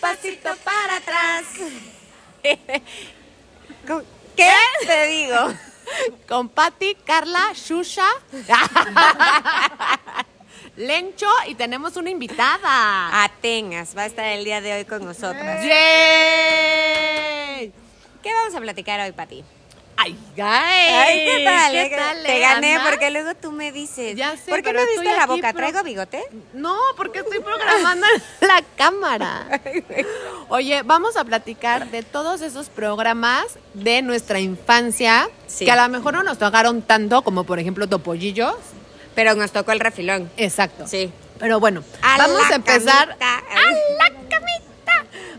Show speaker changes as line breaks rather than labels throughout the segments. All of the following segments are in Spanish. pasito para atrás. ¿Qué te digo?
Con Patti, Carla, Shusha, Lencho y tenemos una invitada.
Atenas va a estar el día de hoy con
¿Eh?
nosotras.
¡Yay!
¿Qué vamos a platicar hoy, Pati?
¡Ay, ay!
Ay, ¿qué tal? eh? Te
eh,
gané
Ana?
porque luego tú me dices.
Ya sé,
¿Por qué
pero
me
estoy
viste la
aquí,
boca?
pero-
¿Traigo bigote?
No, porque estoy programando la cámara. Oye, vamos a platicar de todos esos programas de nuestra infancia
Sí.
que a lo mejor no nos tocaron tanto como por ejemplo Topollillos.
Pero nos tocó el refilón.
Exacto.
Sí.
Pero bueno,
A
vamos
la
a empezar.
camita.
¡A la camita!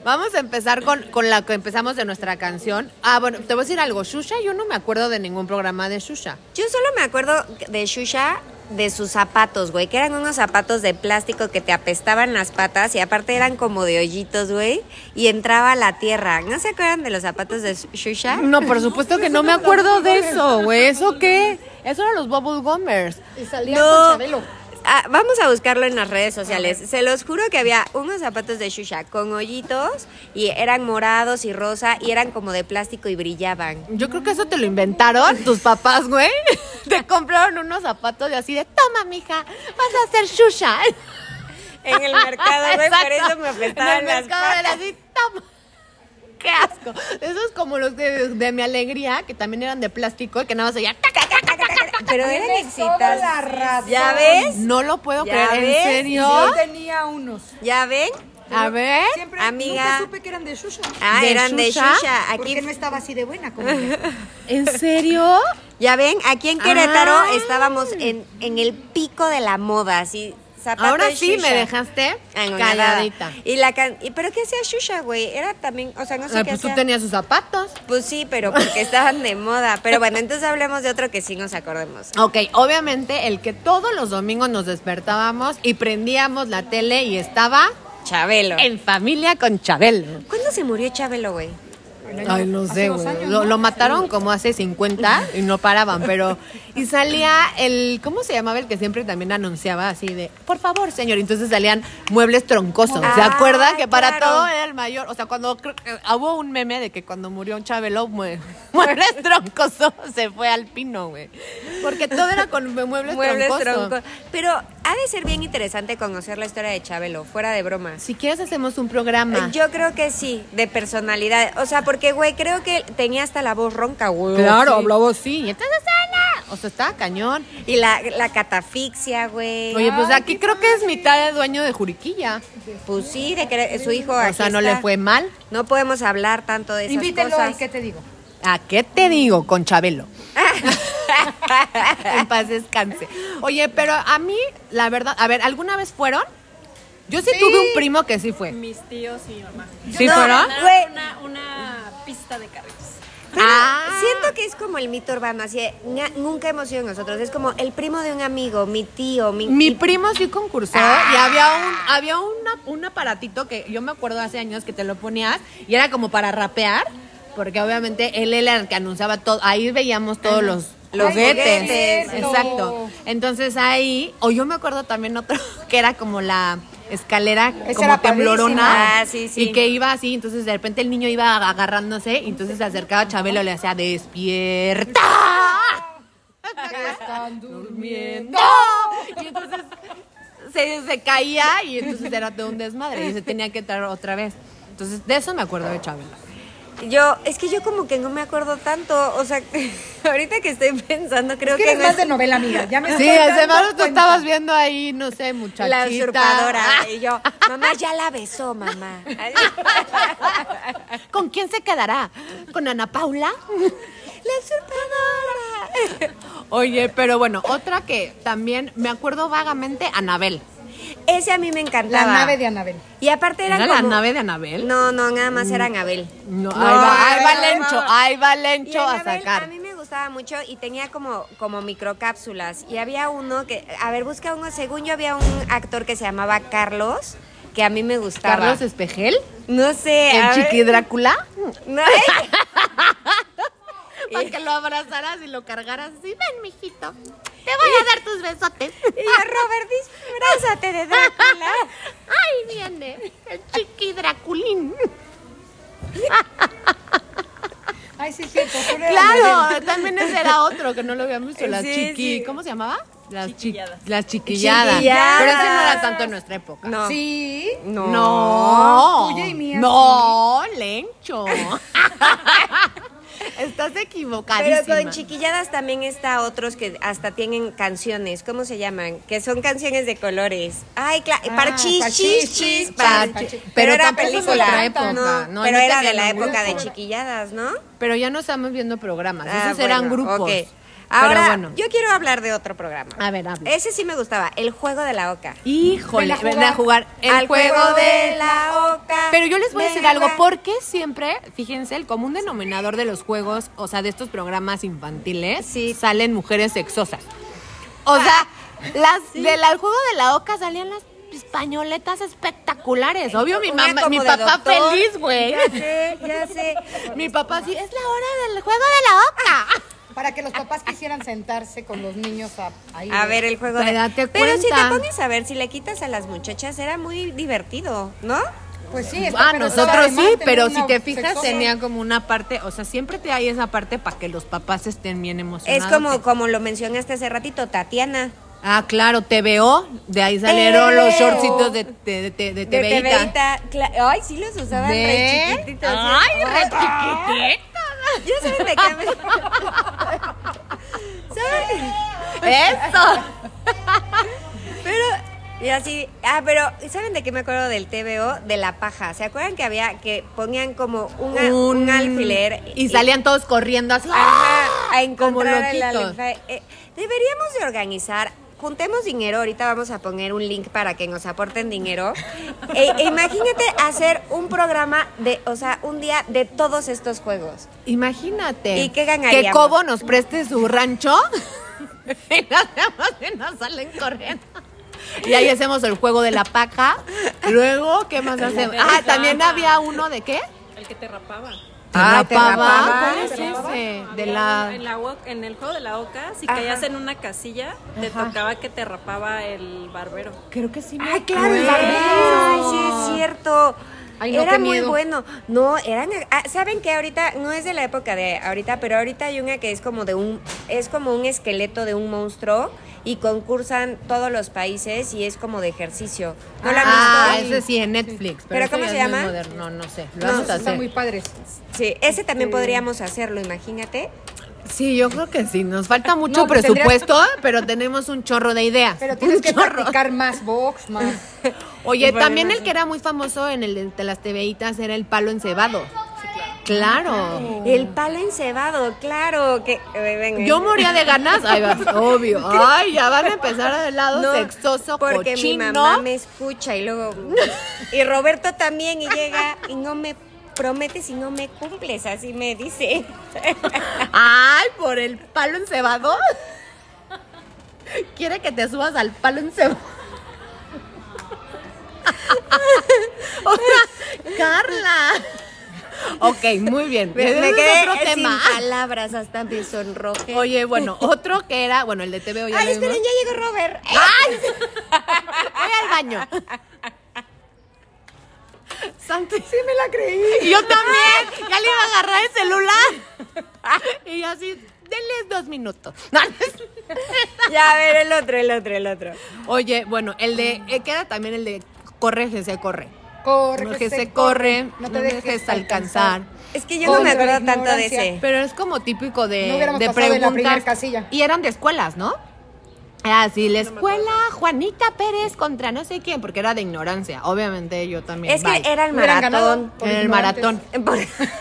Vamos a empezar con, con la que empezamos de nuestra canción. Ah, bueno, te voy a decir algo. Shusha, yo no me acuerdo de ningún programa de Shusha.
Yo solo me acuerdo de Shusha de sus zapatos, güey, que eran unos zapatos de plástico que te apestaban las patas y aparte eran como de hoyitos, güey, y entraba la tierra. ¿No se acuerdan de los zapatos de Shusha?
No, por supuesto que no me acuerdo de eso, güey. ¿Eso qué? Eso eran los Bubble Gummers.
Y salía
No.
con Chabelo.
Ah, vamos a buscarlo en las redes sociales. Se los juro que había unos zapatos de Shusha con hoyitos y eran morados y rosa y eran como de plástico y brillaban.
Yo creo que eso te lo inventaron tus papás, güey. Te compraron unos zapatos y así de, toma, mija, vas a hacer Shusha.
En el mercado, güey, por
Exacto.
eso me apestaban
En el
las
mercado era
patas.
así, toma. ¡Qué asco! Esos como los de, de Mi Alegría, que también eran de plástico y que nada más oía, tac, tac, tac, tac, tac, tac.
Pero eran
Tienes toda
excitantes.
la razón.
¿Ya ves?
No lo puedo
¿Ya
creer,
ves?
¿en serio?
Yo tenía unos.
¿Ya ven?
A
pero
ver.
Siempre
Amiga.
nunca supe que eran de Shusha.
Ah,
¿De
eran de
Shusha?
Shusha.
Porque
Aquí
no estaba así de buena como yo.
¿En serio?
Ya ven, aquí en Querétaro
Ah.
estábamos en, en el pico de la moda, así. zapato
Ahora
de
sí
Xuxa.
me dejaste
Engañada.
calladita.
Y la can- y- ¿Pero qué hacía Shusha, güey? Era también, o sea, no sé
Ay,
qué
pues tú
hacía.
tenías sus zapatos.
Pues sí, pero porque estaban de moda. Pero bueno, entonces hablemos de otro que sí nos acordemos.
Ok, obviamente el que todos los domingos nos despertábamos y prendíamos la tele y estaba
Chabelo.
en familia con Chabelo.
¿Cuándo se murió Chabelo, güey?
Ay, no sé, güey. Lo, lo mataron como hace 50 y no paraban, pero... Y salía el... ¿Cómo se llamaba el que siempre también anunciaba así de... Por favor, señor. Entonces salían muebles troncosos. ¿Se
Ah,
acuerdan? Que para
claro.
todo era el mayor... O sea, cuando... creo que eh, Hubo un meme de que cuando murió Chabelo, mue- muebles troncosos se fue al pino, güey. Porque todo era con muebles,
Muebles
troncosos.
tronco. Pero ha de ser bien interesante conocer la historia de Chabelo, fuera de bromas.
Si quieres hacemos un programa.
Eh, Yo creo que sí, de personalidad. O sea, porque, güey, creo que tenía hasta la voz ronca, güey.
claro,
Sí.
hablaba así. Y Entonces, Ana. O sea, estaba cañón.
Y la, la catafixia, güey.
Oye, pues aquí creo que es mitad de dueño de Juriquilla.
Pues sí, de que su hijo.
O
Oh, aquí
sea, no
está.
le fue mal.
No podemos hablar tanto de esas
Invítelo
cosas.
y qué te digo.
¿A qué te digo con Chabelo? en paz descanse. Oye, pero a mí, la verdad, a ver, ¿alguna vez fueron? Yo sí, tuve un primo que sí fue.
Mis tíos y mi mamá.
¿Sí fueron?
Ganaron
Güey.
Una, una pista de carritos.
Pero
Ah.
siento que es como el mito urbano, así de, "Nga- nunca hemos sido nosotros. Es como el primo de un amigo, mi tío, mi.
Mi primo sí concursó y había un había una- un aparatito que yo me acuerdo hace años que te lo ponías y era como para rapear, porque obviamente él era el que anunciaba todo. Ahí veíamos todos los los
Ay,
juguetes.
juguetes.
Exacto. Entonces ahí, o yo me acuerdo también otro que era como la escalera
Esa
como
era padrísima.
temblorona
Ah, sí, sí.
y que iba así, entonces de repente el niño iba agarrándose y entonces se acercaba a Chabelo y le hacía despierta.
Están durmiendo.
¡No! Y entonces se, se caía y entonces era todo un desmadre y se tenía que entrar otra vez. Entonces, de eso me acuerdo de Chabelo.
Yo, es que yo como que no me acuerdo tanto. O sea, ahorita que estoy pensando, creo
Es que
que.
eres
no
más
es-
de novela, amiga. Ya me
Sí,
estoy dando
además tú
cuenta.
estabas viendo ahí, no sé, muchachita.
La
Ah.
usurpadora. Y yo, mamá ya la besó, mamá.
¿Con quién se quedará? ¿Con Ana Paula?
la usurpadora.
Oye, pero bueno, otra que también me acuerdo vagamente, Anabel.
Ese a mí me encantaba.
La nave de Anabel.
Y aparte era,
¿Era la
como-
nave de Anabel?
No, no, nada más era Anabel.
No, ahí va, ahí va Lencho, ahí va
Y
Lencho a
Anabel,
sacar.
A mí me gustaba mucho y tenía como, como microcápsulas. Y había uno que, a ver, busca uno. Según yo había un actor que se llamaba Carlos, que a mí me gustaba.
Carlos Espejel,
no sé.
el
a ver.
chiqui Drácula.
No, ¿eh?
Para que lo abrazaras y lo cargaras así, ven, mijito. Te voy a dar tus besotes.
Y yo, Robert, disfrázate de Drácula.
Ahí viene el chiqui Drácula. bullying.
Ay, sí, es cierto. tú eras
Claro, también ese era otro que no lo habíamos visto, las
Eh, Sí,
chiqui,
sí.
¿cómo se llamaba? Las chi-
Chiquilladas.
Las chiquilladas.
Chiquilladas.
Pero ese no era tanto en nuestra época.
No.
la- Sí.
No.
No.
Tuya y mía,
No, Lencho. Estás equivocadísima.
Pero con chiquilladas también está otros que hasta tienen canciones, ¿cómo se llaman? Que son canciones de colores. Ay, claro,
Ah,
parchis,
parchís,
chis, chis,
chis,
parchis.
parchis.
Pero,
Pero
era
tampoco es
película.
otra época,
No,
no,
pero
no
era de
tenían
la
un
época de
grupo.
chiquilladas, ¿no?
Pero ya no estamos viendo programas,
Ah,
Pues esos eran
bueno,
grupos.
ok.
Pero
Ahora,
bueno.
yo quiero hablar de otro programa.
A ver, habla.
Ese sí me gustaba, El Juego de la Oca.
Híjole,
Ven a
ven a jugar,
jugar
el
Al
juego de la...
Oca.
Pero yo les voy a decir
Venga,
algo,
va.
porque siempre, fíjense, el común denominador de los juegos, o sea, de estos programas infantiles,
Sí. Ah,
salen mujeres sexosas. O sea, las del al juego de la oca salían las españoletas espectaculares. Obvio, mi
Una
mamá,
como
mi
de
papá
doctor.
feliz, güey.
Ya sé, ya sé.
Mi papá sí, es la hora del juego de la
Ah.
oca.
Para que los papás quisieran sentarse con los niños a, ahí.
A ver el juego
Pero
de
date
Pero si te
cuenta.
pones a ver, si le quitas a las muchachas, era muy divertido, ¿no?
Pues sí. está
Ah,
pero
nosotros
además
sí,
tenía
pero
una
si te fijas
sexosa.
tenía como una parte, o sea, siempre te hay esa parte para que los papás estén bien emocionados.
Es como, como lo mencionaste hace ratito, Tatiana.
Ah, claro, TVO, de ahí salieron
TVO.
los shortcitos de, de, de, de
De
TVita.
Tebeita. Cla- Ay, sí los usaban re
De-
chiquititos. ¿eh?
Ay,
¿sí?
re chiquitita.
Ya sabes de qué me... ¿Sabes?
Eso.
Pero, y así, ah, pero, ¿saben de qué me acuerdo del TVO? De la paja. ¿Se acuerdan que había, que ponían como una- un, alfiler?
Y salían todos corriendo así. ¡ah!
Ajá, a encontrar el
loquitos.
alfa- eh, deberíamos de organizar, juntemos dinero, ahorita vamos a poner un link para que nos aporten dinero. E- e imagínate hacer un programa de, o sea, un día de todos estos juegos.
Imagínate.
¿Y qué ganaríamos?
Que Cobo nos preste su rancho. y nos vemos y nos salen corriendo. Y ahí hacemos el juego de la paja. Luego, ¿qué más hacemos? Ah, también había uno de qué?
El que te rapaba.
Ah,
Te
te rapaba.
¿Cuál es
Te rapaba.
ese? De
Había
la.
uno En, la oca- en el juego de la oca, si
Ajá.
caías en una casilla, te tocaba que te rapaba el barbero.
Creo que sí. me
Ay, claro, el
acuerdo.
barbero. Ay, sí es cierto.
Ay, no,
era
qué
muy
miedo.
bueno. No, eran ah, saben que ahorita no es de la época de ahorita, pero ahorita hay una que es como de un es como un esqueleto de un monstruo y concursan todos los países y es como de ejercicio. ¿No la han
Ah,
visto?
ese sí, en Netflix.
¿Pero
este
cómo
ya
se
es muy
llama?
moderno, no sé. Lo
No,
vamos a
Están
hacer.
muy padres.
Sí, ese también podríamos hacerlo, imagínate.
Sí, yo creo que sí. Nos falta mucho
No, pues
presupuesto, pero tenemos un chorro de ideas.
Pero tienes
Un
que
chorro.
practicar más box, más.
Oye, también el que era muy famoso en el de las TVitas era el palo encebado. Claro.
El palo encebado, claro, que eh, venga.
Yo moría de ganas. Ay, vas, obvio. Ay, ya van a empezar del lado
No,
sexoso,
porque
cochino.
mi mamá me escucha y luego y Roberto también y llega y no me prometes y no me cumples, así me dice.
Ay, por el palo encebado. Quiere que te subas al palo encebado. O sea, Carla. Ok, muy bien.
Me,
Ese
me
es
quedé
otro
sin
tema.
palabras, hasta me sonroje.
Oye, bueno, otro que era, bueno, el de TVO ya
Ay,
lo
esperen,
vimos.
ya llegó Robert.
¡Ay! Voy al baño. Santi. Sí, me la creí. Yo también. Ya le iba a agarrar el celular. Y yo así, denles dos minutos. No, no es-
Ya, a ver, el otro, el otro, el otro.
Oye, bueno, el de. eh, Queda también el de corre, que se corre.
Corre,
Corre, que se corre.
No te dejes,
alcanzar.
Es que yo no me
Contra la
acuerdo tanto de
ignorancia.
ese.
Pero es como típico de,
No hubiéramos
de
pasado de la
preguntas.
primer casilla.
Y eran de escuelas, ¿no? Era así, la escuela Juanita Pérez contra no sé quién, porque era de ignorancia. Obviamente yo también.
Es que
bye.
era el
Hubieran ganado
maratón.
por
En el
ignorantes.
maratón.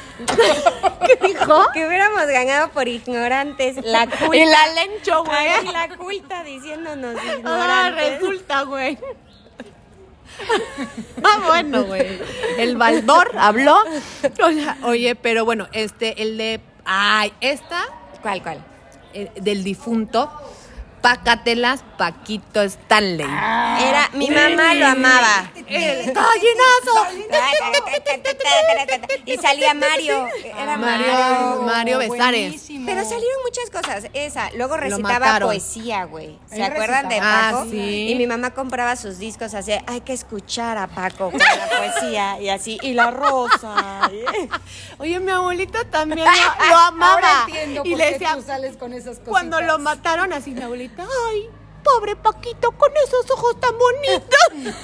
¿Qué dijo? Que hubiéramos ganado por ignorantes. La culpa.
Y la ¿eh? lencho, güey.
Ay, la culta diciéndonos
Ah,
ignorantes.
resulta, güey. Ah, bueno, güey. El Baldor habló. O sea, Oye, pero bueno, este, el de. Ay, esta
¿Cuál, cuál?
eh, del difunto. Pácatelas, Paquito Stanley.
Era, mi mamá lo amaba.
¡El gallinazo!
Y salía Mario.
Ah,
Era
Mario,
Mario.
Mario Besares.
buenísimo.
Pero salieron muchas cosas. Esa, luego recitaba
mataron.
poesía, güey. ¿Se
Él
acuerdan de
recitaba. Ah,
Paco?
sí.
Y mi mamá compraba sus discos así, hay que escuchar a Paco con la poesía y así, y la rosa.
Oye, mi abuelita también lo, lo amaba.
Ahora entiendo
y
por
le
qué
decía,
tú sales con esas cosas.
cuando lo mataron así, mi abuelita, ¡ay, pobre Paquito, con esos ojos tan bonitos!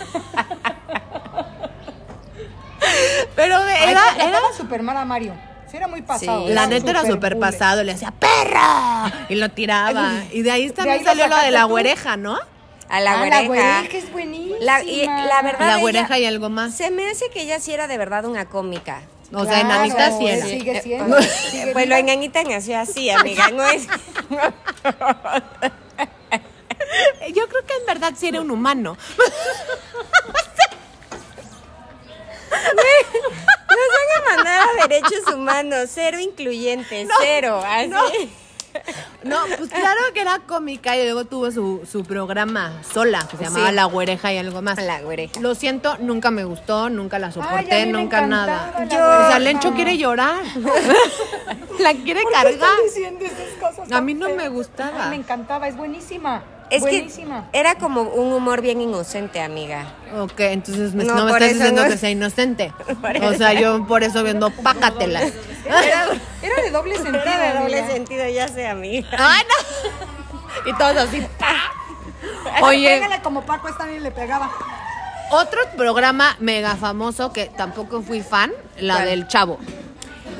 Pero era,
era,
era
super mal a Mario. Sí, era muy pasado.
Sí,
La neta era súper
superpule.
pasado, le hacía perra y lo tiraba. Y de ahí también
ahí lo
salió lo de
sacaste
la
tú.
oreja, ¿no?
A la
Ah, La
güereja.
güereja es buenísima.
La, y la
Ah,
verdad.
La
ella-
güereja y algo más.
Se me hace que ella sí era de verdad una cómica. eh,
O sea,
Claro,
enanita sí era.
Sigue siendo. sigue
Pues lo
viva.
enanitan así, así, amiga. No es.
Yo creo que en verdad sí era un humano.
Nos van a mandar a derechos humanos, cero incluyente, cero. Así.
No, pues claro que era cómica y luego tuvo su, su programa sola, que
Sí.
se llamaba La Güereja y algo más.
La güereja.
Lo siento, nunca me gustó, nunca la soporté,
Ay, a mí me
nunca
encantaba
nada.
La
o sea,
Güereja.
Lencho quiere llorar. la quiere
¿Por qué
cargar.
están diciendo esas cosas
A
tan
mí no
feas?
me gustaba.
Ay, me encantaba, es buenísima.
Es
buenísima.
que era como un humor bien inocente, amiga.
Ok, entonces me-
No,
no, me
por
estás
eso
diciendo
no
que
es-
sea inocente.
Por
O
eso.
sea, yo por eso viendo pácatelas.
Era, era de doble sentido.
Era de doble
amiga.
sentido, ya sé, amiga.
¡Ay, no! Y todos así. ¡pa! Oye,
Pégale como Paco esta bien le pegaba.
otro programa mega famoso que tampoco fui fan, la
¿Cuál?
del Chavo.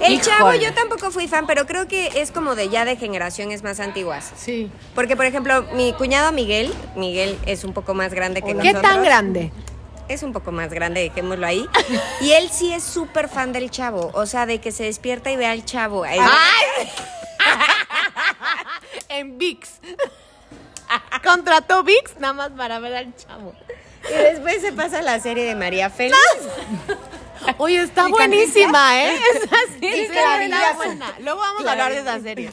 El
Híjole.
chavo, yo tampoco fui fan, pero creo que es como de ya de generaciones más antiguas.
Sí.
Porque, por ejemplo, mi cuñado Miguel, Miguel es un poco más grande que
¿Qué
nosotros.
tan grande?
es un poco más grande, dejémoslo ahí. Y él sí es súper fan del chavo. O sea, de que se despierta y ve al chavo. Ay,
En VIX. Contrató VIX nada más para ver al Chavo.
Y después se pasa la serie de María Félix.
Oye, está
¿Y Cantinflas?
buenísima, ¿eh? Esa serie
Y
está
Clarillazo.
buena. Luego vamos a hablar de esa serie.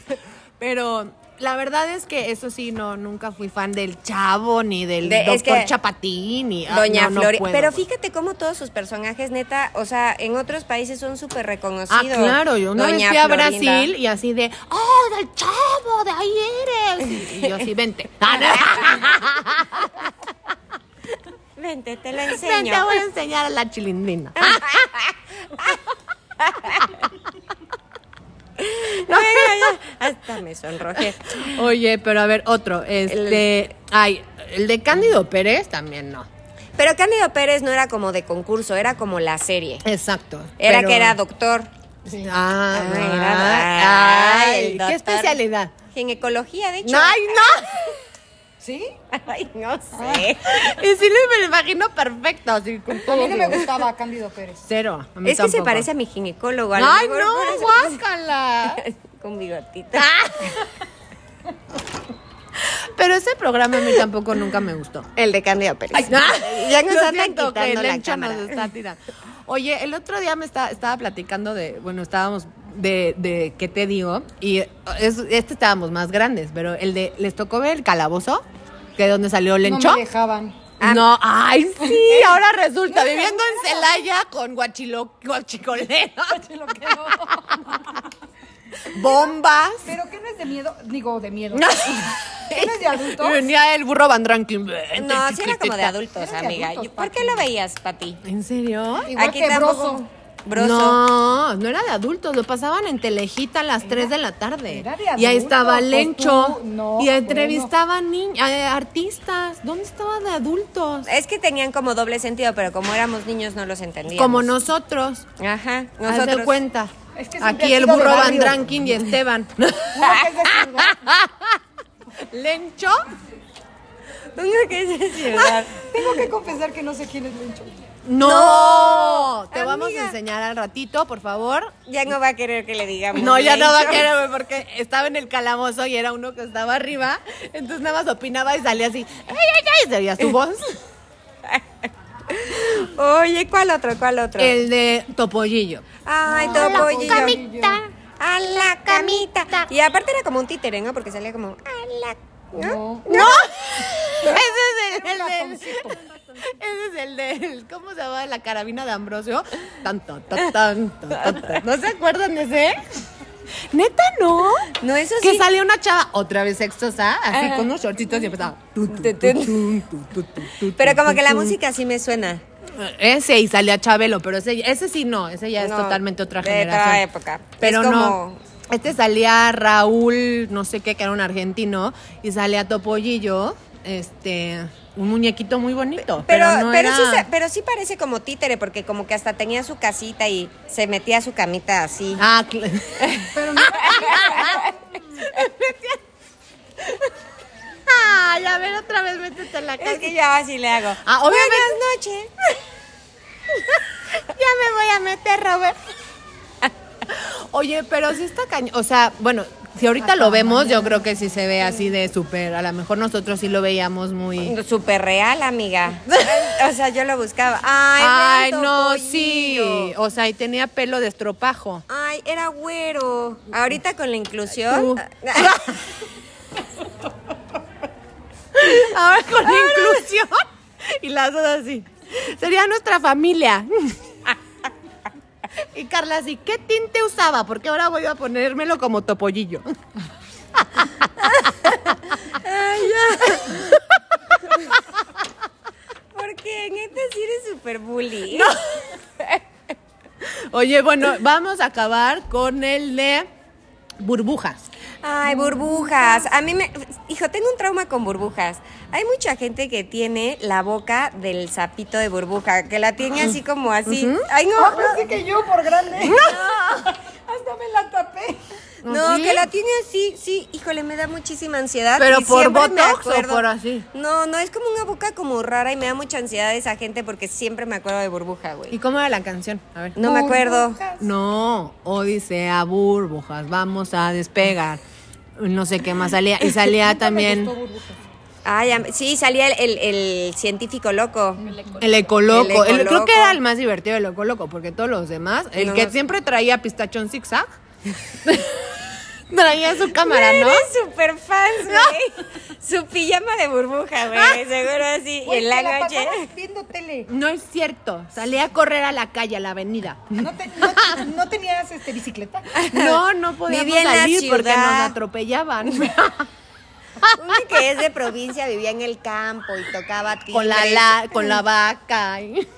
Pero la verdad es que eso sí, no, nunca fui fan del Chavo, ni del
De- es
Doctor
que
Chapatín, ni ah,
Doña
no, no
Flori.
puedo. pues.
Pero fíjate cómo todos sus personajes, neta, o sea, en otros países son súper
Ah,
reconocidos.
claro, yo una vez
Doña
fui a
Florinda.
Brasil y así de, ¡oh, del chavo, de ahí eres! Y yo así, vente. Ah, no.
Vente, te la
Ven, te
enseño.
voy a enseñar a la chilindrina.
Ah. No, ya, ya. Hasta me sonrojé.
Oye, pero a ver, otro. Este. Ay, el de Cándido Pérez también no.
Pero Cándido Pérez no era como de concurso, era como la serie.
Exacto.
Era
pero-
que era doctor.
Ah,
Ah,
ah,
era-
ay,
ay, el
qué
doctor.
especialidad.
Ginecología, de hecho.
No, ay, no.
¿Sí?
Ay, no sé.
Y sí me lo imagino perfecto, así con
A mí
todo
no
su-
me gustaba Cándido Pérez.
Cero. a mí
Es que se
tampoco.
parece a mi ginecólogo. a lo
Ay,
mejor por
no,
eso-
guácala.
Con bigotita.
Ah. Pero ese programa a mí tampoco nunca me gustó.
El de Cándido Pérez.
Ya
ya nos andan quitando la cámara.
nos está tirando. Oye, el otro día me está, estaba platicando de, bueno, estábamos de, de ¿qué te digo? Y es, este estábamos más grandes, pero el de, ¿les tocó ver el calabozo? Que de donde salió Lencho.
No me dejaban.
Ah.
No, ay, sí, ahora resulta,
No,
viviendo en Celaya con guachilo, guachicolero,
Lo que no.
bombas.
Pero que no es de miedo, digo de miedo.
No.
¿Qué no es de adultos?
Y venía el burro Van Rankin.
No, sí era como de adultos,
Era de
amiga.
adultos,
¿Por qué
Pati.
lo veías, Pati?
¿En serio?
Igual que
tampoco-
Broso.
Broso.
No, no era de adultos, lo pasaban en Telejita a las 3 de la tarde.
era de
y ahí
adultos,
estaba
pues
Lencho
tú, no,
y entrevistaban niña- eh, artistas. ¿Dónde estaba de adultos?
Es que tenían como doble sentido, pero como éramos niños no los entendíamos.
Como nosotros.
Ajá,
Haz de
nosotros.
cuenta.
Es que siempre
Aquí
ha
el
sido
burro
de
Van
barrio.
Rankin y Esteban.
Uno que es de ciudad.
Lencho.
Tengo que es de ciudad.
Tengo que confesar que no sé quién es Lencho.
No, te
amiga.
vamos a enseñar al ratito, por favor.
Ya no va a querer que le digamos.
No, ya no va a
Lencho.
querer, güey, porque estaba en el calabozo y era uno que estaba arriba. Entonces nada más opinaba y salía así. ¡Ay, ay, ay! Y se oía su voz.
Oye, ¿cuál otro? ¿Cuál otro?
El de Topollillo.
Ay, topollillo.
camita.
A la camita. Y aparte era como un títere, ¿no? Porque salía como a la
No.
¡No! Ese es el, el del-
ratoncito.
Ese es el del. ¿Cómo se llama? La carabina de Ambrosio. Tan, tan, tan, tan, tan, tan. ¿No se acuerdan de ese? Neta, no.
No, eso
Que
sí.
salió una chava, otra vez sexosa, así con unos shortitos y empezaba. tu, tu, tu, tu, tu, tu, tu, tu,
Pero
tu,
como que la
tu.
música sí me suena.
Ese y salía Chabelo, pero ese, ese sí no, ese ya es
No,
totalmente otra
de
generación.
otra época.
Pero
Es como-
no. Este salía Raúl, no sé qué, que era un argentino, y salía Topollillo, este, un muñequito muy bonito.
Pero,
Pero,
pero,
no
sí,
era-
se- pero sí parece como títere, porque como que hasta tenía su casita y se metía a su camita así.
Ah, cl-
Pero no,
Ay, a ver, otra vez métete en la casa.
es que yo así le hago.
Ah, obviamente-
Buenas noches.
Ya me voy a meter, Robert. Oye, pero si está cañón. O sea, bueno, si ahorita lo vemos, yo creo que sí se ve así de súper. A lo mejor nosotros sí lo veíamos muy.
Súper real, amiga. O sea, yo lo buscaba. Ay,
Ay,
vean,
no,
Topollillo.
sí. O sea, y tenía pelo de estropajo.
Ay, era güero. Ahorita con la inclusión.
Tú. Ahora con la inclusión. Y las dos así. Sería nuestra familia. Y Carla así, ¿qué tinte usaba? Porque ahora voy a ponérmelo como topollillo.
Porque neta sí eres súper bully.
Oye, bueno, vamos a acabar con el de burbujas.
Ay, burbujas. A mí me. Hijo, tengo un trauma con burbujas. Hay mucha gente que tiene la boca del sapito de burbuja, que la tiene
Mm.
así como así. Ay,
Ah,
no.
pensé que yo por grande. Hasta me la tapé.
No,
¿Sí?
que la tiene así, sí, híjole, me da muchísima ansiedad.
¿Pero
y
por
siempre me
botox o
acuerdo.
por así?
No, no, es como una boca como rara y me da mucha ansiedad esa gente porque siempre me acuerdo de burbuja,
¿Y
güey.
cómo era la canción? A ver.
No me acuerdo.
No, Odisea, burbujas, vamos a despegar. No sé qué más salía. Y salía también
Ay, am- sí, salía el, el- el científico loco.
el Ecoloco.
El
El- creo
Ecoloco.
que era el más divertido el Ecoloco, porque todos los demás, el
No,
que
no.
siempre traía pistachón zigzag, traía su cámara, ¿no?
Eres súper fan, güey. Su pijama de burbuja,
Ah.
güey. Seguro así. Y
Güey,
en
te
la
la
noche.
pasabas viendo tele.
No es cierto. Salía a correr a la calle, a la avenida.
No, te- no- no tenías este, bicicleta.
No, no podíamos
Vivía en la
salir porque
ciudad.
nos atropellaban.
Uno que es de provincia vivía en el campo y tocaba timbre.
con la, la- con la vaca. y-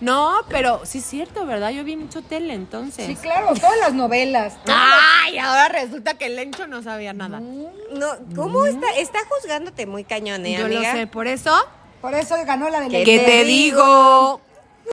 No, pero sí es cierto, ¿verdad? Yo vi mucho tele entonces.
Sí, claro, todas las novelas.
Ay, ahora resulta que el Lencho no sabía nada.
No, ¿cómo está? Está juzgándote muy cañón, ¿eh,
Mm. Yo lo
amiga?
sé, por eso
Por eso ganó la de
¿Qué
que
la
te,
te
digo